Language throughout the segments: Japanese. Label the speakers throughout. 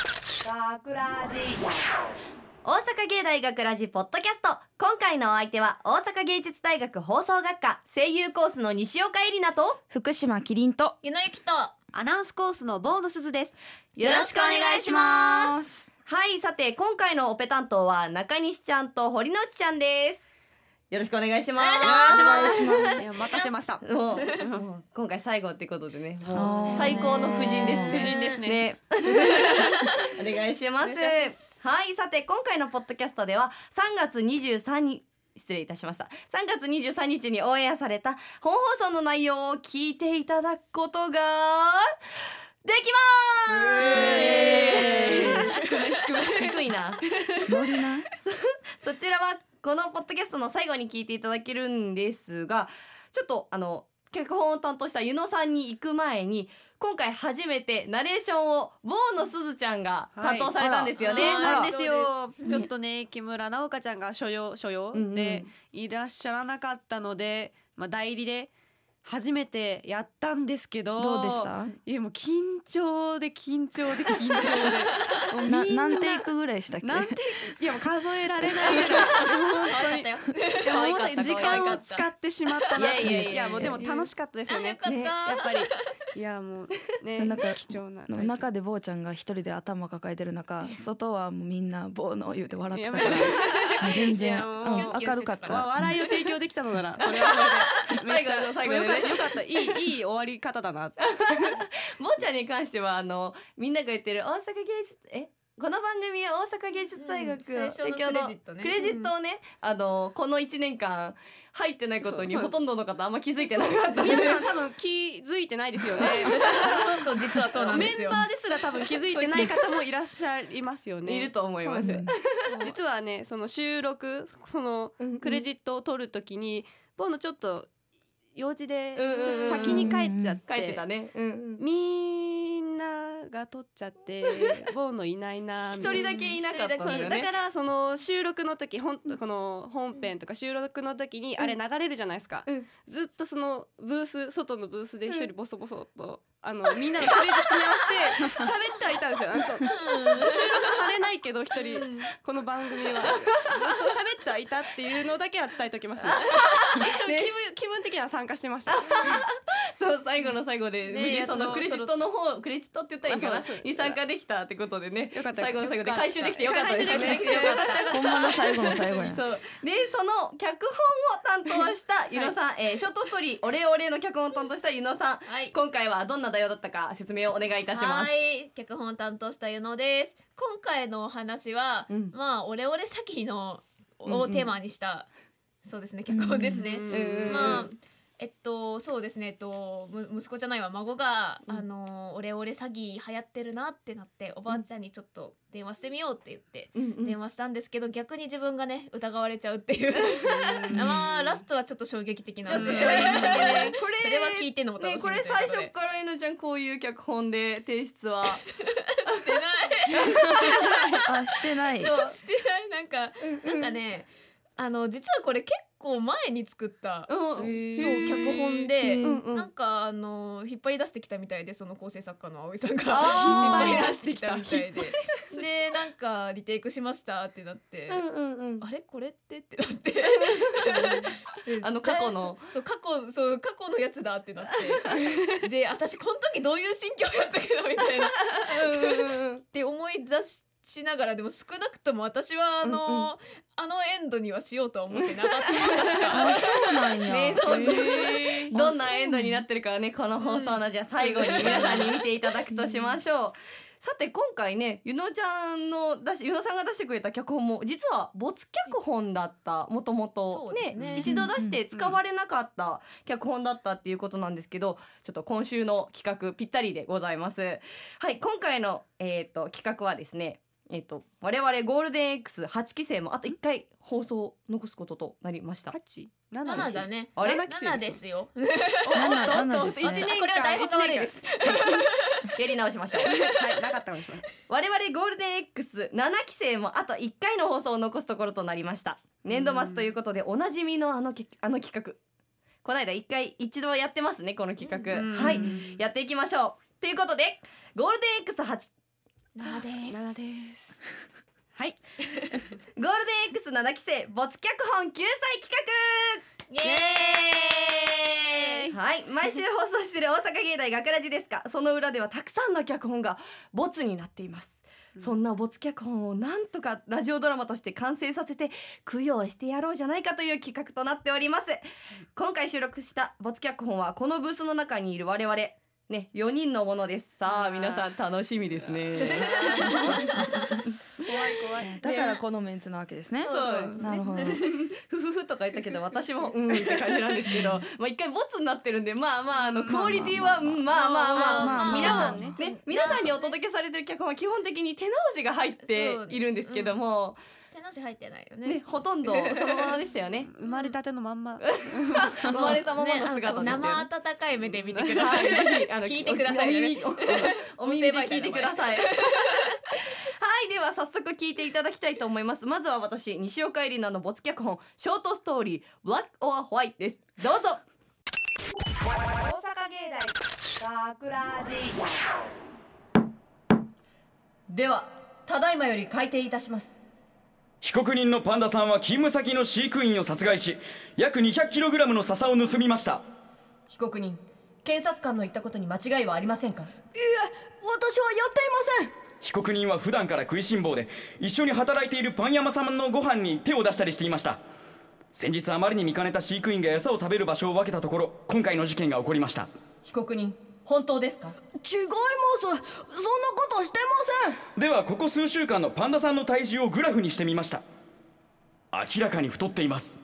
Speaker 1: 学ラジ
Speaker 2: 大阪芸大学ラジポッドキャスト今回のお相手は大阪芸術大学放送学科声優コースの西岡えりなと
Speaker 3: 福島キリンと
Speaker 1: ゆのゆきと
Speaker 4: アナウンスコースのボーノスズです。
Speaker 2: よろしくお願いします
Speaker 3: す
Speaker 2: はいさて今回のオペ担当は中西ちゃんと堀之内ちゃんですよろしくお願いします
Speaker 4: いや任せました。
Speaker 2: もうもう今回最後ってことでねもう
Speaker 3: そうね
Speaker 2: 最高の夫人ですね
Speaker 3: 夫人
Speaker 4: ですね
Speaker 2: お願いします
Speaker 4: お願いします
Speaker 2: はいさて今回のポッドキャストでは3月23日失礼いたしました3月23日にオンエアされた本放送の内容を聞いていただくことができます低いなそちらはこのポッドキャストの最後に聞いていただけるんですがちょっとあの脚本を担当したゆのさんに行く前に今回初めてナレーションをボーのすずちゃんが担当されたんですよね。
Speaker 4: そうなんです
Speaker 1: あ
Speaker 4: よ。ちょっとね木村直香ちゃんが所用所用
Speaker 2: うんうん
Speaker 4: でいらっしゃらなかったので、まあ代理で初めてやったんですけど。
Speaker 3: どうでし？た
Speaker 4: いやもう緊張で緊張で 緊張で。もうみん
Speaker 3: な
Speaker 4: な
Speaker 3: 何テイクぐらいしたっけ
Speaker 4: なんていやもう数えられないぐらい
Speaker 1: 可
Speaker 4: 本
Speaker 1: 愛かったよ
Speaker 4: 当にいやもう本当に時
Speaker 1: 可愛か
Speaker 4: 間を
Speaker 1: った
Speaker 4: 使ってしまったなっていう
Speaker 2: いやいやいやいや
Speaker 4: いやもうでも楽しかったですよ
Speaker 1: あ
Speaker 4: ね
Speaker 1: よかった
Speaker 4: ねやっぱり いやもうね
Speaker 3: なんか
Speaker 4: 貴重な
Speaker 3: の中で坊ちゃんが一人で頭抱えてる中外はもうみんな坊の言うて笑ってたか
Speaker 4: いや
Speaker 3: ら全
Speaker 4: い
Speaker 3: 然
Speaker 4: や
Speaker 3: うん
Speaker 4: も
Speaker 1: う
Speaker 3: 明るかっ
Speaker 4: わ
Speaker 3: た
Speaker 4: 笑いを提供できたのならそれはそれでめっちゃ
Speaker 2: 最後の最後でね
Speaker 4: もうよかったよかったいいいい終わり方だ なって
Speaker 2: ボーちゃんに関してはあのみんなが言ってる大阪芸術えこの番組は大阪芸術大学
Speaker 1: うん
Speaker 2: の
Speaker 1: 最
Speaker 2: 提
Speaker 1: 初
Speaker 2: 供の
Speaker 1: のクレジットね
Speaker 2: クレジットをね、あのこの1年間入ってないことに
Speaker 4: そうそう
Speaker 2: ほとんどの方あんま気づいてなかった
Speaker 4: 皆さん多分気づいてないですよ ね
Speaker 1: そうそう実はそうなんで
Speaker 4: メ
Speaker 1: す
Speaker 4: ン
Speaker 1: よ
Speaker 4: バーですら多分気づいてない方もいらっしゃいますよね
Speaker 2: いると思います
Speaker 4: そう
Speaker 3: う
Speaker 4: なん
Speaker 3: ん
Speaker 4: です実はねその収録そのクレジットを取るときにボンのちょっと用事でち
Speaker 2: うんうんうん
Speaker 4: ょっと先に帰っちゃっ
Speaker 2: 書いて
Speaker 4: て
Speaker 2: たね、うんうん
Speaker 4: みんなが取っちゃってボンのいないな
Speaker 2: 一
Speaker 4: みたいな
Speaker 2: 人だけいなかったん
Speaker 1: そ
Speaker 2: だ
Speaker 1: うだ
Speaker 2: よ
Speaker 1: よ
Speaker 4: だ
Speaker 2: ね
Speaker 4: からその収録の時ほんこの本編とか収録の時にあれ流れるじゃないですか、
Speaker 2: うん
Speaker 4: ずっとそのブース外のブースで一
Speaker 2: う
Speaker 4: 人ボソボソと、あのみんなのクレジットに合わせて喋ってはいたんですよあのそう収録されないけど一人
Speaker 1: うん
Speaker 4: この番組はずっと喋ってはいたっていうのだけは伝えておきます、 ね、一応気分、気分的には参加してました
Speaker 2: そう最後の最後で
Speaker 1: ね
Speaker 2: 無
Speaker 1: や
Speaker 2: 事
Speaker 1: っと
Speaker 2: そのクレジットの方クレジットって言ったらいい
Speaker 4: あ
Speaker 2: かな
Speaker 4: そうそう
Speaker 2: に参加できたってことでね
Speaker 4: よかった
Speaker 2: 最後の最後で
Speaker 1: よかった
Speaker 2: 回収できてよかったですね
Speaker 1: 回収できてよかった
Speaker 3: ほんまの最後の最後やん
Speaker 2: そうでその脚本を担当したゆのさん、えーショートストーリー「オレオレ」の脚本を担当したゆのさん
Speaker 1: はい
Speaker 2: 今回はどんな内容だったか説明をお願いいたしま
Speaker 1: は
Speaker 2: す。
Speaker 1: い脚本担当したゆのです今回のお話は、
Speaker 2: うん
Speaker 1: まあオレオレ詐欺の
Speaker 2: うんうん
Speaker 1: をテーマにした、そうですね脚本ですね、
Speaker 2: うん
Speaker 1: まあえっとそうですねえっとむ息子じゃないわ孫が、あのオレオレ詐欺流行ってるなってなっておばあちゃんにちょっと電話してみようって言って
Speaker 2: うんうん
Speaker 1: 電話したんですけど、逆に自分がね疑われちゃうっていう まあラストはちょっと衝撃的
Speaker 2: ち
Speaker 1: な
Speaker 2: ょっ
Speaker 1: ん
Speaker 2: と
Speaker 1: で
Speaker 2: 衝撃的ねこ
Speaker 1: それは聞
Speaker 2: れ
Speaker 1: いてのも楽し
Speaker 2: ね
Speaker 1: み
Speaker 2: こと
Speaker 1: いう
Speaker 2: れ
Speaker 1: とで
Speaker 2: 最初からゆのちゃんこういう脚本で提出は
Speaker 1: してない
Speaker 3: あしてない
Speaker 2: そう
Speaker 1: してないなんか、なんかねあの実はこれ結構前に作った、
Speaker 2: うん
Speaker 4: へー
Speaker 1: そう脚本で、
Speaker 2: うんうん
Speaker 1: なんかあの引っ張り出してきたみたいでその構成作家の葵さんが
Speaker 2: あ
Speaker 3: ー
Speaker 1: 引っ張り出してきたみたいで
Speaker 2: 出
Speaker 1: でなんかリテイクしましたってなって、
Speaker 2: うんうんうん
Speaker 1: あれこれってってなってで
Speaker 2: あの過去の
Speaker 1: そう過去そう過去のやつだってなってで私この時どういう心境やったかなみたい
Speaker 2: う
Speaker 1: な
Speaker 2: んうんうん
Speaker 1: って思い出しながらでも少なくとも私はあの、
Speaker 2: うんうん
Speaker 1: あのエンドにはしようとは思ってなかった確か
Speaker 3: あそうなんや
Speaker 2: ねそうそうどんなエンドにな
Speaker 3: っ
Speaker 2: ってるかはねこの放送のじゃあ最後に皆さんに見ていただくとしましょう、さて今回ねゆのちゃんの出しゆのさんが出してくれた脚本も実は没脚本だったもとも
Speaker 1: そ
Speaker 2: と
Speaker 1: うですね
Speaker 2: 一度出して使われなかった脚本だったっていうことなんですけどちょっと今週の企画ぴったりでございますはい今回の、えー、と企画はですねえっ、と我々ゴールデン X8 期生もあと1回放送を残すこととなりました
Speaker 4: 八
Speaker 1: 7
Speaker 4: 7
Speaker 1: だね
Speaker 2: あれ
Speaker 1: 7ですよ
Speaker 3: た
Speaker 2: おっとおっと
Speaker 3: ですね
Speaker 2: 一
Speaker 1: あこれは台本が悪いです
Speaker 2: やり直しましょう
Speaker 4: はいなかったかもしれない
Speaker 2: 我々ゴールデン X7 期生もあと1回の放送を残すところとなりました年度末ということでおなじみのあのきあの企画この間一回一度やってますねこの企画
Speaker 4: うん
Speaker 2: はいやっていきましょうということでゴールデン X8
Speaker 1: 七です。
Speaker 4: 奈々 です。はい。
Speaker 2: ゴールデン X 七期生没脚本救済企画
Speaker 1: イエーイ。
Speaker 2: はい毎週放送している大阪芸大学ラジですが その裏ではたくさんの脚本がボツになっています、
Speaker 4: うん
Speaker 2: そんなボツ脚本をなんとかラジオドラマとして完成させて供養してやろうじゃないかという企画となっております今回収録したボツ脚本はこのブースの中にいる我々ね、4人のものですさあ
Speaker 4: あー
Speaker 2: 皆さん楽しみです ね
Speaker 4: 怖い怖い。
Speaker 3: だからこのメンツなわけですね。
Speaker 2: そうですね
Speaker 3: なるほ ど。
Speaker 2: ふふふとか言ったけど私 もうんって感じなんですけどまあ一回ボツになってるんでまあまああのクオリティはうんまあまあまあ
Speaker 1: まあまあ
Speaker 2: 皆さん
Speaker 3: まあまあ
Speaker 2: ね
Speaker 1: まあ
Speaker 2: ね皆さんにお届けされてる脚本は基本的に手直しが入っているんですけども、
Speaker 1: 手の字入ってないよね。
Speaker 2: ね、ほとんどそのままでしたよね
Speaker 4: 生まれたてのまんま。
Speaker 2: 生まれたままの
Speaker 1: ねあ
Speaker 2: 姿
Speaker 1: の
Speaker 2: でしたよ
Speaker 1: 生
Speaker 2: ね。
Speaker 1: 温かい目で見てください。
Speaker 2: はいぜひあの
Speaker 1: 聞いてください
Speaker 2: お
Speaker 1: ね
Speaker 2: 耳おお耳で聞いてください。はいでは早速聞いていただきたいと思います。まずは私西岡えりなの没脚本ショートストーリーブラックオアホワイトです。どうぞ。
Speaker 5: 大阪芸大学ラジ
Speaker 2: ではただいまより開廷いたします
Speaker 6: 被告人のパンダさんは勤務先の飼育員を殺害し約 200kg の笹を盗みました
Speaker 2: 被告人検察官の言ったことに間違いはありませんか
Speaker 6: 被告人は普段から食いしん坊で一緒に働いているパン山さんのご飯に手を出したりしていました先日あまりに見かねた飼育員が餌を食べる場所を分けたところ今回の事件が起こりました
Speaker 2: 被告人本当ですか
Speaker 7: 違いますそんなことしてません
Speaker 6: ではここ数週間のパンダさんの体重をグラフにしてみました明らかに太っています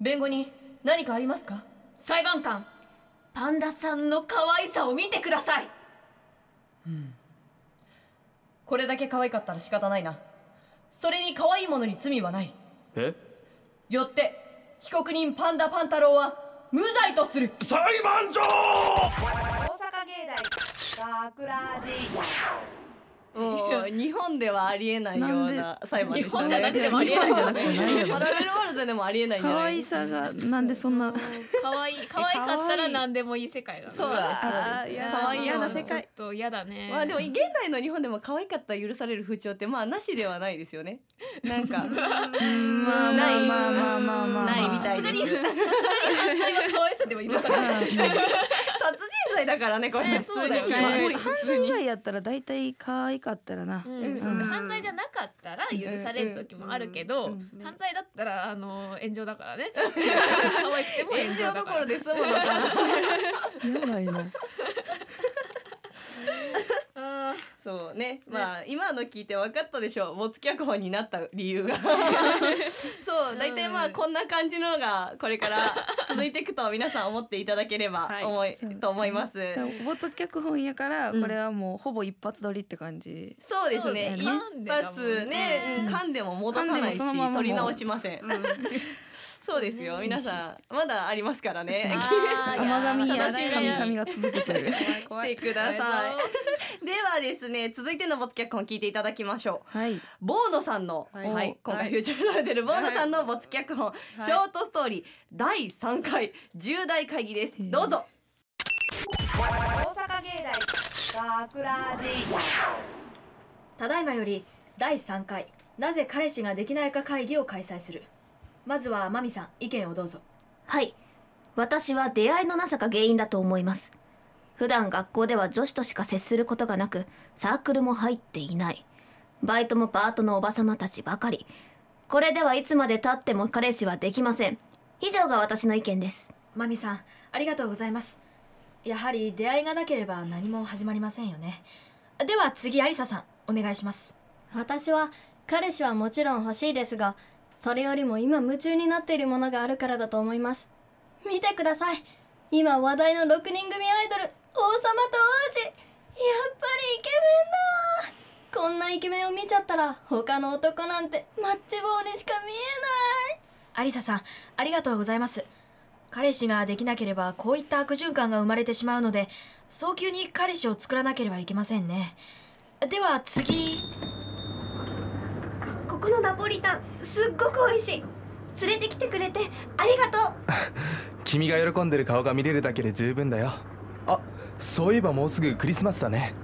Speaker 2: 弁護人何かありますか
Speaker 1: 裁判官、パンダさんの可 愛さを見てください。
Speaker 2: これだけ可愛かったら仕方ないなそれに可愛いものに罪はない
Speaker 6: え
Speaker 2: よって被告人パンダパンタロウは無罪とする
Speaker 6: 裁判長
Speaker 5: 大阪芸大学ラジ
Speaker 2: 日本ではありえない
Speaker 3: ような
Speaker 2: 裁判
Speaker 1: でしたね日本じゃなくてもありえないじゃなく
Speaker 3: てないよね
Speaker 2: パラレルワールドでもありえない
Speaker 3: 可愛さがなんでそんな。
Speaker 1: 可愛い、可愛かったら何でもいい世界だな。
Speaker 2: そうだ
Speaker 4: ああ、いや、
Speaker 1: 可愛い
Speaker 4: 嫌な世
Speaker 1: ちょっ
Speaker 4: 界。
Speaker 1: と嫌だね。
Speaker 2: まあでも現代の日本でも可愛かったら許される風潮ってまあなしではないですよ ね。なんか
Speaker 3: うんまあまあまあまあまあまあ。
Speaker 2: ないみたい
Speaker 1: さすが
Speaker 2: で
Speaker 1: に
Speaker 2: す。殺人
Speaker 1: 犯罪は可愛さではいるから。
Speaker 2: 罪だからねこれ、
Speaker 1: ねそうだよね
Speaker 2: 普通に考える
Speaker 3: 犯罪以外やったら大体可愛かったらな。
Speaker 1: うん、そう犯罪じゃなかったら許される時もあるけ
Speaker 2: う
Speaker 1: ど、
Speaker 2: んうん
Speaker 4: うん
Speaker 1: 犯罪だったらあの炎上だか らね可愛くても炎上
Speaker 2: 炎上
Speaker 1: だ
Speaker 2: ど
Speaker 1: か
Speaker 2: こ
Speaker 1: ら
Speaker 2: ろで済むのかな。
Speaker 3: やばいな。
Speaker 1: あ
Speaker 2: そうねまあ今の聞いて分かったでしょう没脚本になった理由 がそう大体まあこんな感じのがこれから続いていくと皆さん思っていただければ
Speaker 4: はい
Speaker 2: 思い、
Speaker 3: そう
Speaker 2: と思います
Speaker 3: だからボツ脚本やから
Speaker 2: うん
Speaker 3: これはもうほぼ一発撮りって感じ。
Speaker 2: そうですね
Speaker 1: そうね
Speaker 2: 一発ね
Speaker 1: 噛んでたもんね
Speaker 2: 噛んでも戻さ
Speaker 3: 噛んで
Speaker 2: な
Speaker 3: も
Speaker 2: いし
Speaker 3: そのままもう
Speaker 2: 取り直しませんそうですよ皆さんまだありますからね
Speaker 1: ーあー
Speaker 3: 甘髪や
Speaker 1: 楽しみ
Speaker 3: 神髪が続けてる。
Speaker 2: してくださいではですね続いての没脚本聞いていただきましょう
Speaker 3: はい。
Speaker 2: ボーノさんの、は
Speaker 4: はいい
Speaker 2: 今
Speaker 4: は
Speaker 2: 回
Speaker 4: い
Speaker 2: フューチャーされてるボーノさんの没脚本、
Speaker 4: い
Speaker 2: ショートストーリー第3回重大会議です、
Speaker 3: へー
Speaker 2: どうぞ
Speaker 5: 大阪芸大学ラジ
Speaker 8: ただいまより第3回なぜ彼氏ができないか会議を開催するまずはマミさん意見をどうぞ
Speaker 9: はい私は出会いのなさが原因だと思います普段学校では女子としか接することがなくサークルも入っていないバイトもパートのおばさまたちばかりこれではいつまでたっても彼氏はできません以上が私の意見です
Speaker 8: マミさんありがとうございますやはり出会いがなければ何も始まりませんよねでは次有沙さんお願いします
Speaker 10: 私は彼氏はもちろん欲しいですがそれよりも今夢中になっているものがあるからだと思います見てください今話題の6人組アイドル王様と王子やっぱりイケメンだわこんなイケメンを見ちゃったら他の男なんてマッチ棒にしか見えない
Speaker 8: 有沙さんありがとうございます彼氏ができなければこういった悪循環が生まれてしまうので早急に彼氏を作らなければいけませんねでは次
Speaker 10: ここのナポリタンすっごく美味しい連れてきてくれてありがとう
Speaker 11: 君が喜んでる顔が見れるだけで十分だよあそういえばもうすぐクリスマスだね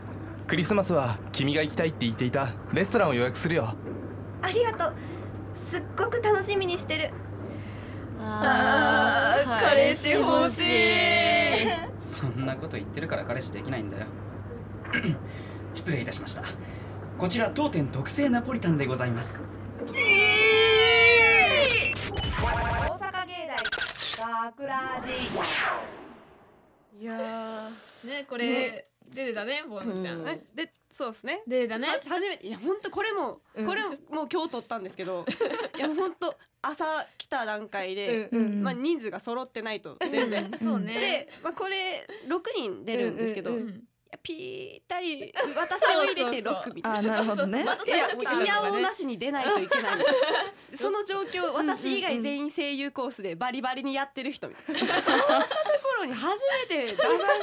Speaker 11: クリスマスは君が行きたいって言っていたレストランを予約するよ
Speaker 12: ありがとうすっごく楽しみにしてる
Speaker 1: あー彼氏欲しい
Speaker 6: そんなこと言ってるから彼氏できないんだよ 失礼いたしましたこちら当店特製ナポリタンでございます
Speaker 5: 大阪芸大学ラジいや
Speaker 1: ねこ
Speaker 4: ね
Speaker 1: れデレだねボンちゃん、
Speaker 4: えでそうですね
Speaker 1: デレだね
Speaker 4: は初めていや本当これもこれもう今日撮ったんですけど、 いや本当朝来た段階で、
Speaker 1: うんうん
Speaker 4: まあ人数が揃ってないと全然、
Speaker 1: うんそうね
Speaker 4: で、まあ、これ六人出るんですけど、
Speaker 1: うんうん
Speaker 4: いやぴったり私を入れて六みたいな
Speaker 3: そうそうそうあーなるほどね
Speaker 4: そうそうそう
Speaker 3: また最初来たのがね
Speaker 4: いやいやおなしに出ないといけないその状況私以外全員声優コースでバリバリにやってる人みたいなそんなところに初めてだんだん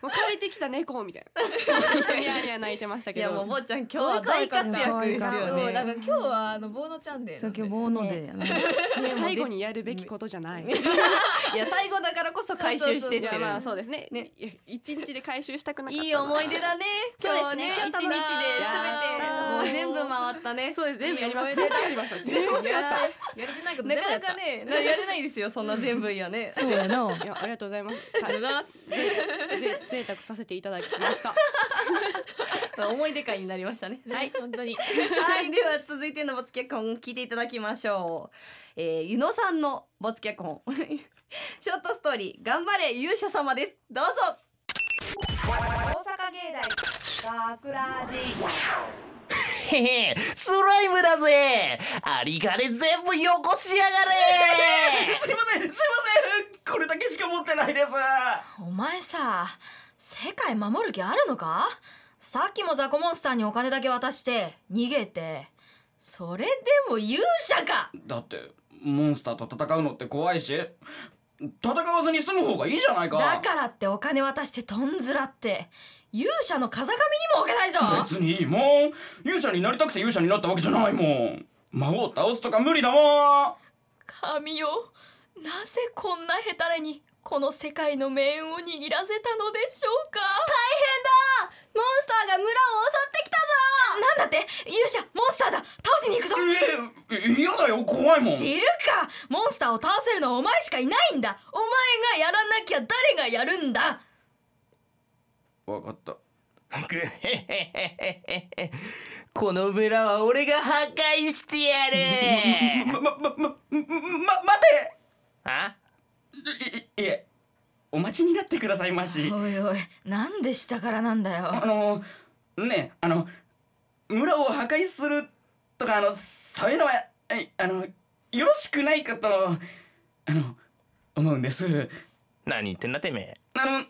Speaker 4: もう借りてきた猫みたいなニヤニヤ泣いてましたけど
Speaker 2: いやもうもーちゃん今日は大活躍ですよね
Speaker 1: そうだから今日はあのボーノちゃんで
Speaker 3: そう今日ボーノデーやな
Speaker 4: 最後にやるべきことじゃ ない。い
Speaker 2: や最後だからこそ回収してって
Speaker 4: そうそう
Speaker 2: る
Speaker 4: そうまあそうですね。ね一日で回収したくなかった。
Speaker 2: いい思い出だね今日ね
Speaker 4: そう
Speaker 2: 一日で全てもう全部回ったね
Speaker 4: そうです全部やりました
Speaker 2: いい
Speaker 4: 全部やりました全部やった
Speaker 1: やれてないこと
Speaker 2: な
Speaker 1: 全部
Speaker 2: かな
Speaker 1: やった
Speaker 2: かねなやれないですよそんな全部や ね
Speaker 4: そうやないやありがとうございます。ありがとう
Speaker 1: ございます。
Speaker 4: 贅沢させていただきま した。
Speaker 2: 思い出会になりましたね
Speaker 1: はい本当に
Speaker 2: はいでは続いてのボツ脚本聞いていただきましょう、えー、ゆのさんのボツ脚本 ショートストーリー頑張れ勇者様ですどうぞ
Speaker 5: 大阪芸大学ラジ
Speaker 13: へへスライムだぜアリガレ全部よこしやがれ
Speaker 6: すいませんすいませんこれだけしか持ってないです
Speaker 8: お前さ世界守る気あるのかさっきもザコモンスターにお金だけ渡して逃げてそれでも勇者か
Speaker 6: だってモンスターと戦うのって怖いし戦わずに済む方がいいじゃないか
Speaker 8: だからってお金渡してとんずらって勇者の風上にも置けないぞ
Speaker 6: 別にいいもん勇者になりたくて勇者になったわけじゃないもん魔王を倒すとか無理だもん
Speaker 8: 神よなぜこんなヘタレにこの世界の命運を握らせたのでしょうか大変だモンスターが村を襲ってきたぞなんだって勇者モンスターだ倒しに行くぞ
Speaker 6: え嫌だよ怖いもん
Speaker 8: 知るかモンスターを倒せるのはお前しかいないんだお前がやらなきゃ誰がやるんだ
Speaker 6: わかった
Speaker 13: くへへへへへこの村は俺が破壊してやるま、ま、ま、ま、待てあ
Speaker 6: いえお待ちになってくださいまし
Speaker 8: おいおいなんで下からなんだよ
Speaker 6: あのねえあの村を破壊するとかあのそういうのはえあのよろしくないかとあの思うんです
Speaker 13: 何言ってんだてめ
Speaker 6: あ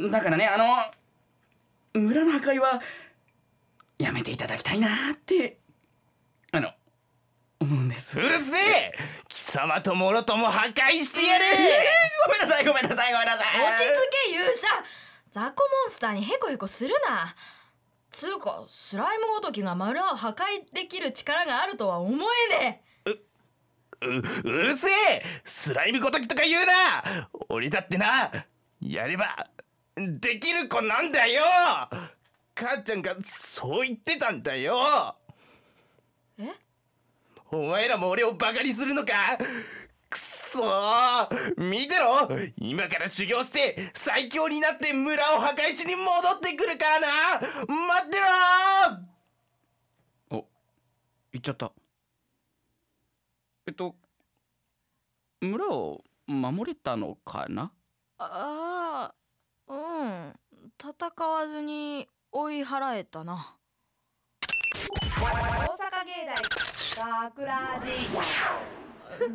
Speaker 6: のだからねあの村の破壊はやめていただきたいなってあの思うんです
Speaker 13: うるせえ貴様ともろとも破壊してやる
Speaker 6: ごめんなさいごめんなさいごめんなさい
Speaker 8: 落ち着け勇者雑魚モンスターにヘコヘコするなつうかスライムごときが丸を破壊できる力があるとは思えね
Speaker 13: ううるせえスライムごときとか言うな俺だってなやればできる子なんだよ母ちゃんがそう言ってたんだよ
Speaker 8: え
Speaker 13: お前らも俺をバカにするのかくそー見てろ今から修行して最強になって村を破壊しに戻ってくるからな待ってろ
Speaker 6: 行っちゃったえっと村を守れたのかな
Speaker 8: ああうん戦わずに追い払えたな
Speaker 5: 大阪芸大学ラジ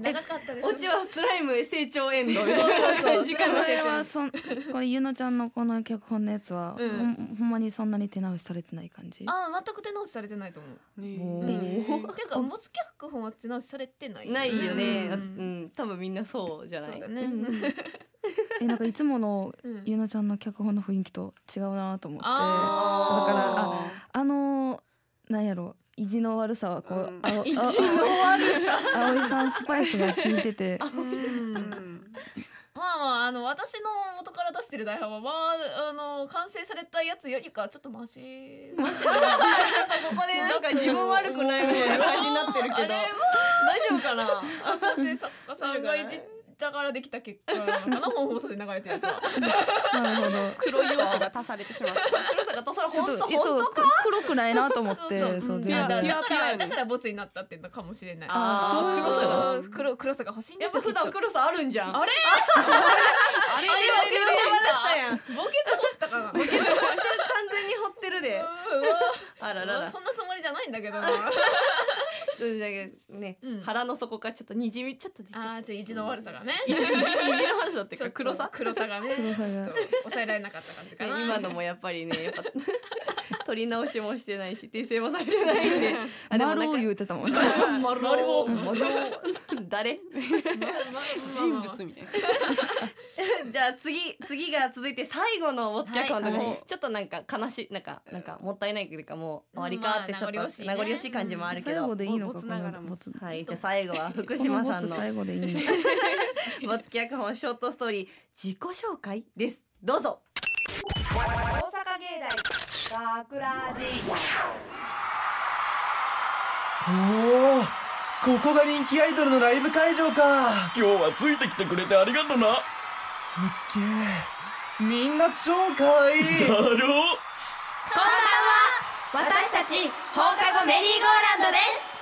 Speaker 1: 長かったでしょ
Speaker 2: オチはスライムへ成長エンドみたいな
Speaker 3: こ
Speaker 2: 感じかもしれ
Speaker 3: れ
Speaker 2: ない
Speaker 3: はそんこれゆのちゃんのこの脚本のやつは、
Speaker 1: うん
Speaker 3: ほんほんまにそんなに手直しされてない感じ
Speaker 1: あー全く手直しされてないと思う。
Speaker 2: お
Speaker 1: うんていうか持つ脚本は手直しされてない。
Speaker 2: ないよね
Speaker 1: う
Speaker 2: うんん、多分みんなそうじゃない
Speaker 1: そうだね
Speaker 2: ん
Speaker 3: えなんかいつもの
Speaker 1: うん
Speaker 3: ゆのちゃんの脚本の雰囲気と違うなと思ってそうだ
Speaker 2: あー
Speaker 3: からああのーなんやろ意地の悪さはこう、あおあお
Speaker 2: 意地の 悪さ
Speaker 3: 葵さんスパイスが効いてて
Speaker 1: まあまああの私の元元から出してる台本はまああの完成されたやつよりかちょっとマ シマシちょっ
Speaker 2: とここでなんか自分悪くないみたいな感じになってるけど
Speaker 1: あれは
Speaker 2: 大丈夫かな
Speaker 1: 博士作家さんがいじったからできた結果なのかな本放送で流れてるやつは
Speaker 3: なるほど
Speaker 4: 黒要素が足されてしまった
Speaker 2: 黒さが足され
Speaker 3: ちょっとえそうく黒くないなと思ってそう
Speaker 1: うん
Speaker 3: 全
Speaker 1: だから
Speaker 3: 然
Speaker 1: だからだからボツになったっていうのかもしれない
Speaker 3: あー
Speaker 1: あ
Speaker 3: そう
Speaker 1: ー黒黒さが欲しいんです
Speaker 2: や
Speaker 1: よ
Speaker 2: っぱ普段
Speaker 1: きと
Speaker 2: 黒さあるんじゃん
Speaker 1: あれ
Speaker 2: あれ
Speaker 1: あれは自分で掘った
Speaker 2: やんボ
Speaker 1: ボケて掘ったかな
Speaker 2: ケて掘ってる完全に掘ってるであららら
Speaker 1: そんなつもりじゃないんだけ どな
Speaker 2: そうだけどね、腹の底からちょっとにじみちょっと出ちゃ
Speaker 1: あーちょっと意地の悪さがね
Speaker 2: 意地の悪さっていう
Speaker 1: ち
Speaker 2: か
Speaker 1: ょと
Speaker 2: 黒さ
Speaker 1: 黒さがね
Speaker 2: 黒さが
Speaker 1: ちょっと抑えられなかった感じかな
Speaker 2: ね今のもやっぱりねやっぱ取り直しもしてないし訂正もされてないんであ でもなん
Speaker 3: 丸を
Speaker 2: か
Speaker 3: 言うてたもんね
Speaker 2: 丸を丸を誰
Speaker 4: 人物みたいな
Speaker 2: じゃあ次次が続いて最後のウォッチャーカウントで、
Speaker 4: はい
Speaker 2: ちょっとなんか悲しいなんかなんかもったいないというかもう終わり
Speaker 3: うんま
Speaker 2: か
Speaker 3: あ
Speaker 2: ってちょっと
Speaker 3: 名残惜しいね
Speaker 2: 名残惜しい感じもあるけど、
Speaker 3: 最後でいいのか
Speaker 2: ボツ
Speaker 3: このボツ
Speaker 2: はいじゃあ最後は福島さん
Speaker 3: このボ
Speaker 2: の
Speaker 3: ツ最後でいい の
Speaker 2: ボツ脚本ショートストーリー自己紹介ですどうぞ
Speaker 5: 大阪芸大学ラジ
Speaker 13: おおここが人気アイドルのライブ会場か
Speaker 6: 今日はついてきてくれてありがとな
Speaker 13: すっげえみんな超可愛い
Speaker 6: だろ
Speaker 12: こんばんは私たち放課後メリーゴーランドです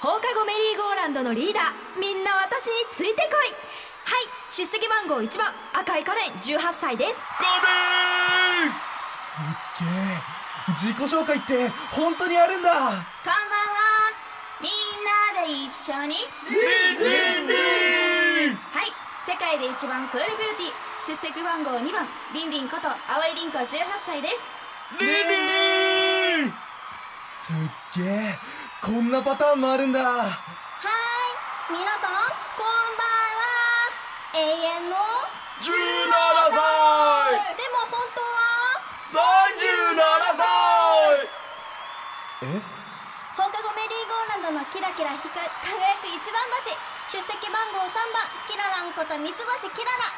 Speaker 12: 放課後メリーゴーランドのリーダーみんな私についてこいはい出席番号1番赤いカレン18歳です
Speaker 13: すっげえ自己紹介って本当にあるんだ
Speaker 14: こんばんはみんなで一緒に
Speaker 13: リンリン
Speaker 14: はい世界で一番クールビューティー出席番号2番リンリンこと青井凛子18歳です
Speaker 13: リンリンすっげえこんなパターンもあるんだ
Speaker 14: はい皆さんこんばんは永遠の
Speaker 13: 17
Speaker 14: でも本当は
Speaker 13: 歳37歳え
Speaker 14: 放課後メリーゴーランドのキラキラ光輝く一番橋出席番号3番キラランこと三橋キララ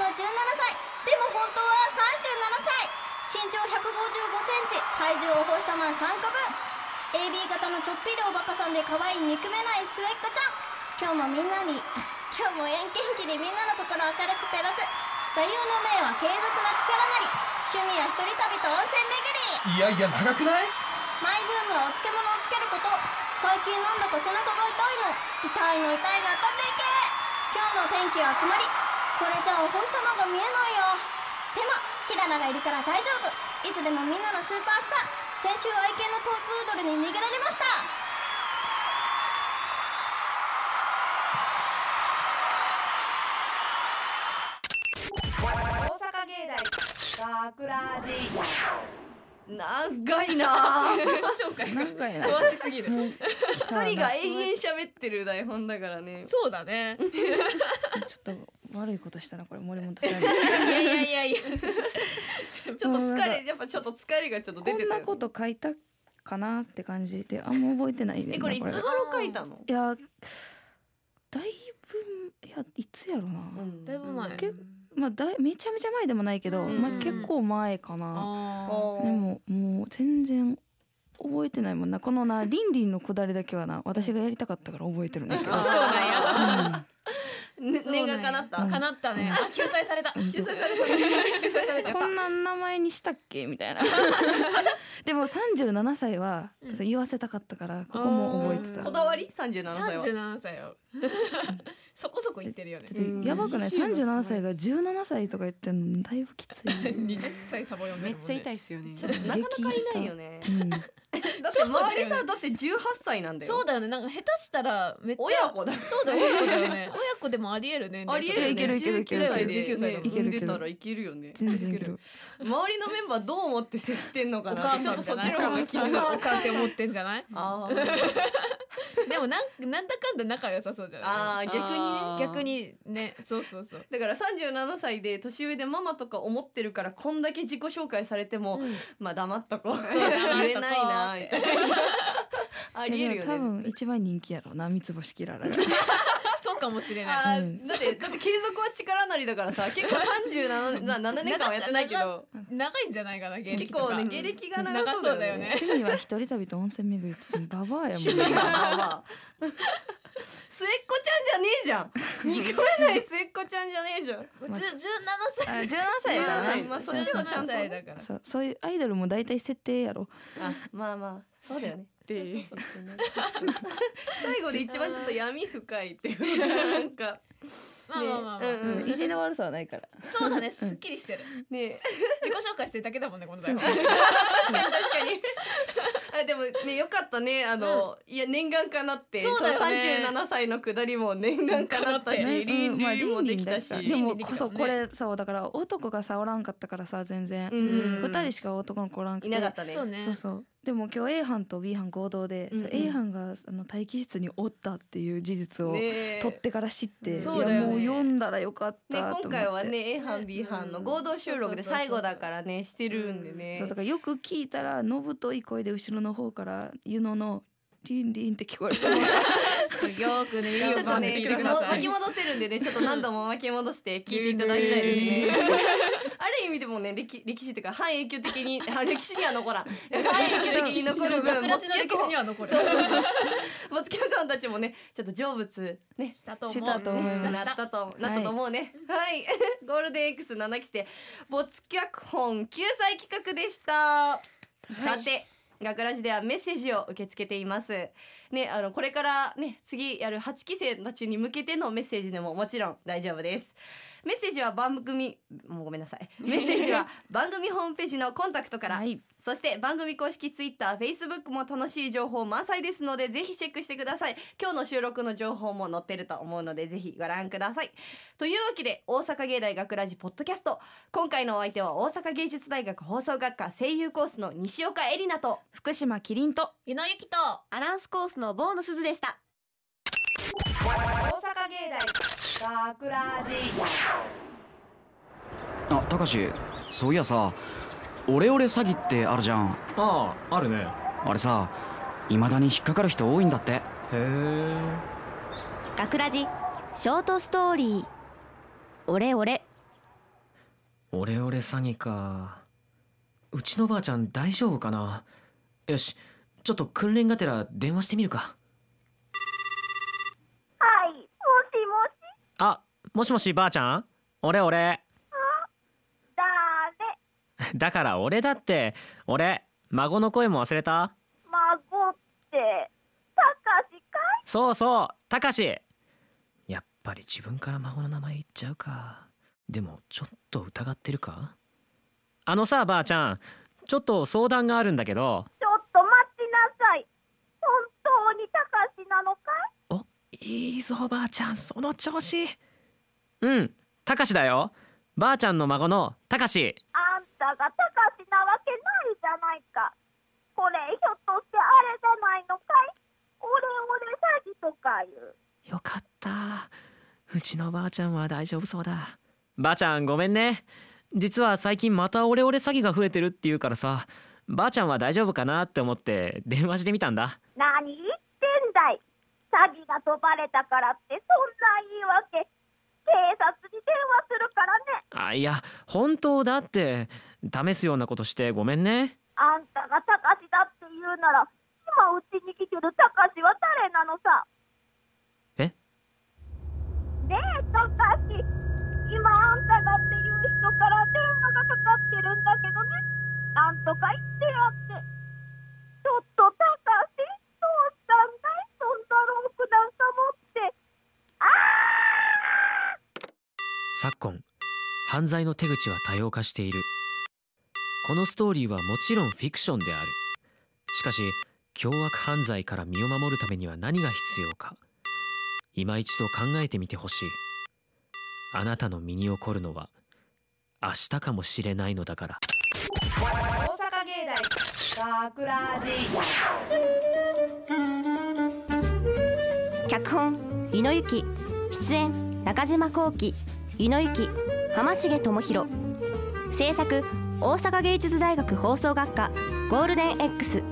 Speaker 14: 永遠の17歳でも本当は37歳身長155センチ体重お星様3個分 AB 型のちょっぴりおバカさんで可愛い憎めない末っ子ちゃん今日もみんなに 今日も元気にみんなの心を明るく照らす座右の銘は継続は力なり趣味は一人旅と温泉
Speaker 13: い
Speaker 14: 巡り
Speaker 13: やいや長くない
Speaker 14: マイブームはお漬物をつけること最近なんだか背中が痛いの痛いの痛いが当たっていけ今日の天気は曇りこれじゃお星様が見えないよでもキララがいるから大丈夫いつでもみんなのスーパースター先週愛犬のトープードルに逃げられました
Speaker 5: 大阪芸大学ラジ
Speaker 2: 長いなあ
Speaker 1: 自己紹介が
Speaker 2: 長いな
Speaker 1: 詳しすぎる
Speaker 2: 一人が永遠喋ってる台本だからね
Speaker 1: そうだね
Speaker 3: ちょっと悪いことしたなこれ森本さん
Speaker 1: いやいやいやいや
Speaker 2: ちょっと疲れやっぱちょっと疲れがちょっと出
Speaker 3: こ
Speaker 2: て
Speaker 3: ん
Speaker 2: た
Speaker 3: な
Speaker 2: よ
Speaker 3: こと書いたかなって感じであんま覚えてないね
Speaker 2: えこれいつ頃書いたの
Speaker 3: いやだいぶいやいつやろな、
Speaker 1: だいぶ前
Speaker 3: けまあ、だいめちゃめちゃ前でもないけど、
Speaker 1: うん
Speaker 3: まあ、結構前か
Speaker 1: あ
Speaker 3: な、
Speaker 1: ー
Speaker 3: でももう全然覚えてないもんなこのなリンリンのくだりだけはな私がやりたかったから覚えてるんだけど
Speaker 1: あそうなんや
Speaker 2: ね
Speaker 1: そうな
Speaker 2: 念
Speaker 1: んや
Speaker 2: が叶った
Speaker 1: 叶ったねあ救済され た
Speaker 2: 済
Speaker 3: 救
Speaker 2: された救済された
Speaker 3: こんな名前にしたっけみたいな でも37歳は、そう言わせたかったからここも覚えてた
Speaker 2: こだわり三十七歳は。
Speaker 1: 37 歳よそこそこ言ってるよね
Speaker 3: ちょっとやばくない三十七歳が十七歳とか言ってんのだいぶきつい
Speaker 1: 20歳サボ読んでるもんねめっちゃ痛い
Speaker 4: ですよね
Speaker 1: ちょっと
Speaker 2: なかなかいないよね。 だって
Speaker 1: そうだよ
Speaker 2: 周りさだって18歳なんだよ。
Speaker 1: そうだよねなんか下手したらめっちゃ
Speaker 2: 親子だ
Speaker 1: そうだよ親子だよ ね親子でもありえるね
Speaker 2: ありえるよね。
Speaker 1: いけるいけるいける
Speaker 2: 19歳で
Speaker 1: 19歳だもん
Speaker 2: ね産んでたらいけるよね。
Speaker 3: 全然いける。
Speaker 2: 周りのメンバーどう思って接してんのか
Speaker 1: お
Speaker 2: なっ
Speaker 1: 母
Speaker 2: てち
Speaker 1: さ
Speaker 2: ょ
Speaker 1: ん
Speaker 2: っと
Speaker 1: じ
Speaker 2: そ
Speaker 1: ゃ
Speaker 2: っ
Speaker 1: な
Speaker 2: ち
Speaker 1: い
Speaker 2: の
Speaker 1: お
Speaker 2: 方が
Speaker 1: 母
Speaker 2: 気
Speaker 1: さ
Speaker 2: になる。
Speaker 1: んって思ってんじゃない
Speaker 2: あ
Speaker 1: でもなんなんだかんだ仲良さそうじゃない
Speaker 2: あー逆にね
Speaker 1: あー逆にねそうそうそう
Speaker 2: だから三十七歳で年上でママとか思ってるからこんだけ自己紹介されても、まあ黙っとこう
Speaker 1: う
Speaker 2: 言
Speaker 1: 黙っとこう
Speaker 2: えないなみたいなありえる
Speaker 3: いや
Speaker 2: よ
Speaker 3: でも
Speaker 2: ね。
Speaker 3: 多分一番人気やろうな三つ星キララが
Speaker 1: そうかもしれ
Speaker 2: あ
Speaker 1: ない。
Speaker 2: ーだってだって継続は力なりだからさ結構37な7年間はやってないけど
Speaker 1: 長長いんじゃないかな芸歴とか
Speaker 2: 結構ね芸歴が長そうだよね
Speaker 3: 趣味は一人旅と温泉巡りってババアやもん
Speaker 2: 趣味がババア末っ子ちゃんじゃねえじゃん憎めない末っ子ちゃんじゃねえじゃん
Speaker 1: じゅ17
Speaker 3: あ
Speaker 1: 歳
Speaker 3: 17歳だな、
Speaker 2: まあそっちもちゃんと
Speaker 1: 歳だから
Speaker 3: そうそういうアイドルも大体設定やろ
Speaker 2: あまあまあそうだよね
Speaker 4: で
Speaker 2: 最後で一番ちょっと闇深いっていうかなんか
Speaker 1: まあまあまあまあ
Speaker 2: ねうんうん
Speaker 3: 意地の悪さはないから
Speaker 1: そうだねすっきりしてる。
Speaker 2: ね
Speaker 1: 自己紹介してるだけだもんねこの台本。
Speaker 2: そう
Speaker 1: 確
Speaker 2: そう
Speaker 1: かに確かに。
Speaker 2: あでもねよかったねあの、いや念願かなって
Speaker 1: そうだよね
Speaker 2: そう37歳のくだりも念願かなったし
Speaker 3: ね
Speaker 2: リ
Speaker 3: うん
Speaker 2: ン
Speaker 3: まあ
Speaker 2: リンもできたし
Speaker 3: リンリンでもこそこれさだから男がさおらんかったからさ全然
Speaker 2: うん
Speaker 3: 二人しか男の子おらんくて
Speaker 2: いなかったねそうね
Speaker 3: そうそうでも今日 A 班と B 班合同で、そう
Speaker 2: うんうん
Speaker 3: A 班があの待機室におったっていう事実を
Speaker 2: ねえ
Speaker 3: 取ってから知って、いや
Speaker 2: そうだよね
Speaker 3: もう読んだらよかった
Speaker 2: ね
Speaker 3: と思
Speaker 2: 今
Speaker 3: って、
Speaker 2: 回はね A 班 B 班の合同収録で最後だからねしてるんでね
Speaker 3: そうだからよく聞いたらのぶとい声で後ろの方からゆののリンリンって聞こ えた
Speaker 1: よくね
Speaker 2: ちょっとねも巻き戻せるんでねちょっと何度も巻き戻して聞いていただきたいですね ある意味でもね歴歴史というか半永久的に あ歴史には残らん半永久的に残る分
Speaker 1: ガクラジの 歴史には残る
Speaker 2: そうそうそうモツキャコンたちもねちょっと成仏ねした
Speaker 1: と思う したと思います
Speaker 2: なったとなったと思うねはい ゴールデン X 七期生没脚本救済企画でしたさて学ラジではメッセージを受け付けていますねあのこれからね次やる8期生たちに向けてのメッセージでももちろん大丈夫ですメッセージは番組もうごめんなさいメッセージは番組ホームページのコンタクトから、そして番組公式ツイッター、フェイスブックも楽しい情報満載ですのでぜひチェックしてください今日の収録の情報も載ってると思うのでぜひご覧くださいというわけで大阪芸大学ラジポッドキャスト今回のお相手は大阪芸術大学放送学科声優コースの西岡恵里奈と
Speaker 3: 福島キリンと
Speaker 1: ゆのゆきと
Speaker 12: アナウンスコースのボーノスズでした
Speaker 5: 大阪芸大学ラジ
Speaker 15: あたかしそういやさオレオレ詐欺ってあるじゃん
Speaker 16: あああるね
Speaker 15: あれさいまだに引っかかる人多いんだってへえ
Speaker 12: 学ラジショートストーリーオレオレ
Speaker 16: オレオレ詐欺かうちのばあちゃん大丈夫かなよしちょっと訓練がてら電話してみるか
Speaker 17: はい、もしもし、
Speaker 16: あもしもしばあちゃん俺俺
Speaker 17: だれ、
Speaker 16: だから俺だって俺孫の声も忘れた
Speaker 17: 孫って、たかしかい
Speaker 16: そうそうたかしやっぱり自分から孫の名前言っちゃうかでもちょっと疑ってるかあのさばあちゃんちょっと相談があるんだけど
Speaker 17: ちょっと待ちなさい。本当にたかしなのかい
Speaker 16: いいぞおばあちゃんその調子うんたかしだよばあちゃんの孫のたかし
Speaker 17: あんたがたかしなわけないじゃないか。これ、ひょっとしてあれじゃないのかいオレオレ詐欺とかいう。
Speaker 16: よかったうちのばあちゃんは大丈夫そうだばあちゃんごめんね実は最近またオレオレ詐欺が増えてるっていうからさばあちゃんは大丈夫かなって思って電話してみたんだ
Speaker 17: 何言ってんだい。詐欺が飛ばれたからって、そんな言い訳。警察に電話するからね。
Speaker 16: あいや本当だって試すようなことしてごめんね
Speaker 17: あんたがたかしだって言うなら、今うちに来てるたかしは誰なのさ。
Speaker 16: え
Speaker 17: ねえ、たかし。今あんただっていう人から電話がかかってるんだけどね。なんとか言ってやって。ちょっとたかし、どうしたんだいそんなロープなんか持って。ああ
Speaker 16: 昨今犯罪の手口は多様化しているこのストーリーはもちろんフィクションであるしかし凶悪犯罪から身を守るためには何が必要か今一度考えてみてほしいあなたの身に起こるのは明日かもしれないのだから
Speaker 5: 大阪芸大学ラジ
Speaker 12: 脚本井野由紀出演中島幸喜井野由紀浜重智博制作大阪芸術大学放送学科ゴールデン X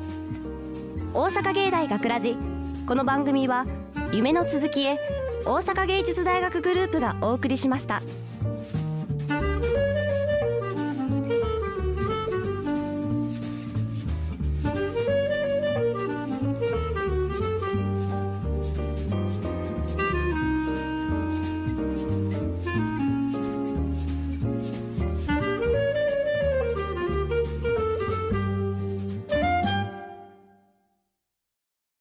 Speaker 12: 大阪芸大学ラジこの番組は夢の続きへ大阪芸術大学グループがお送りしました。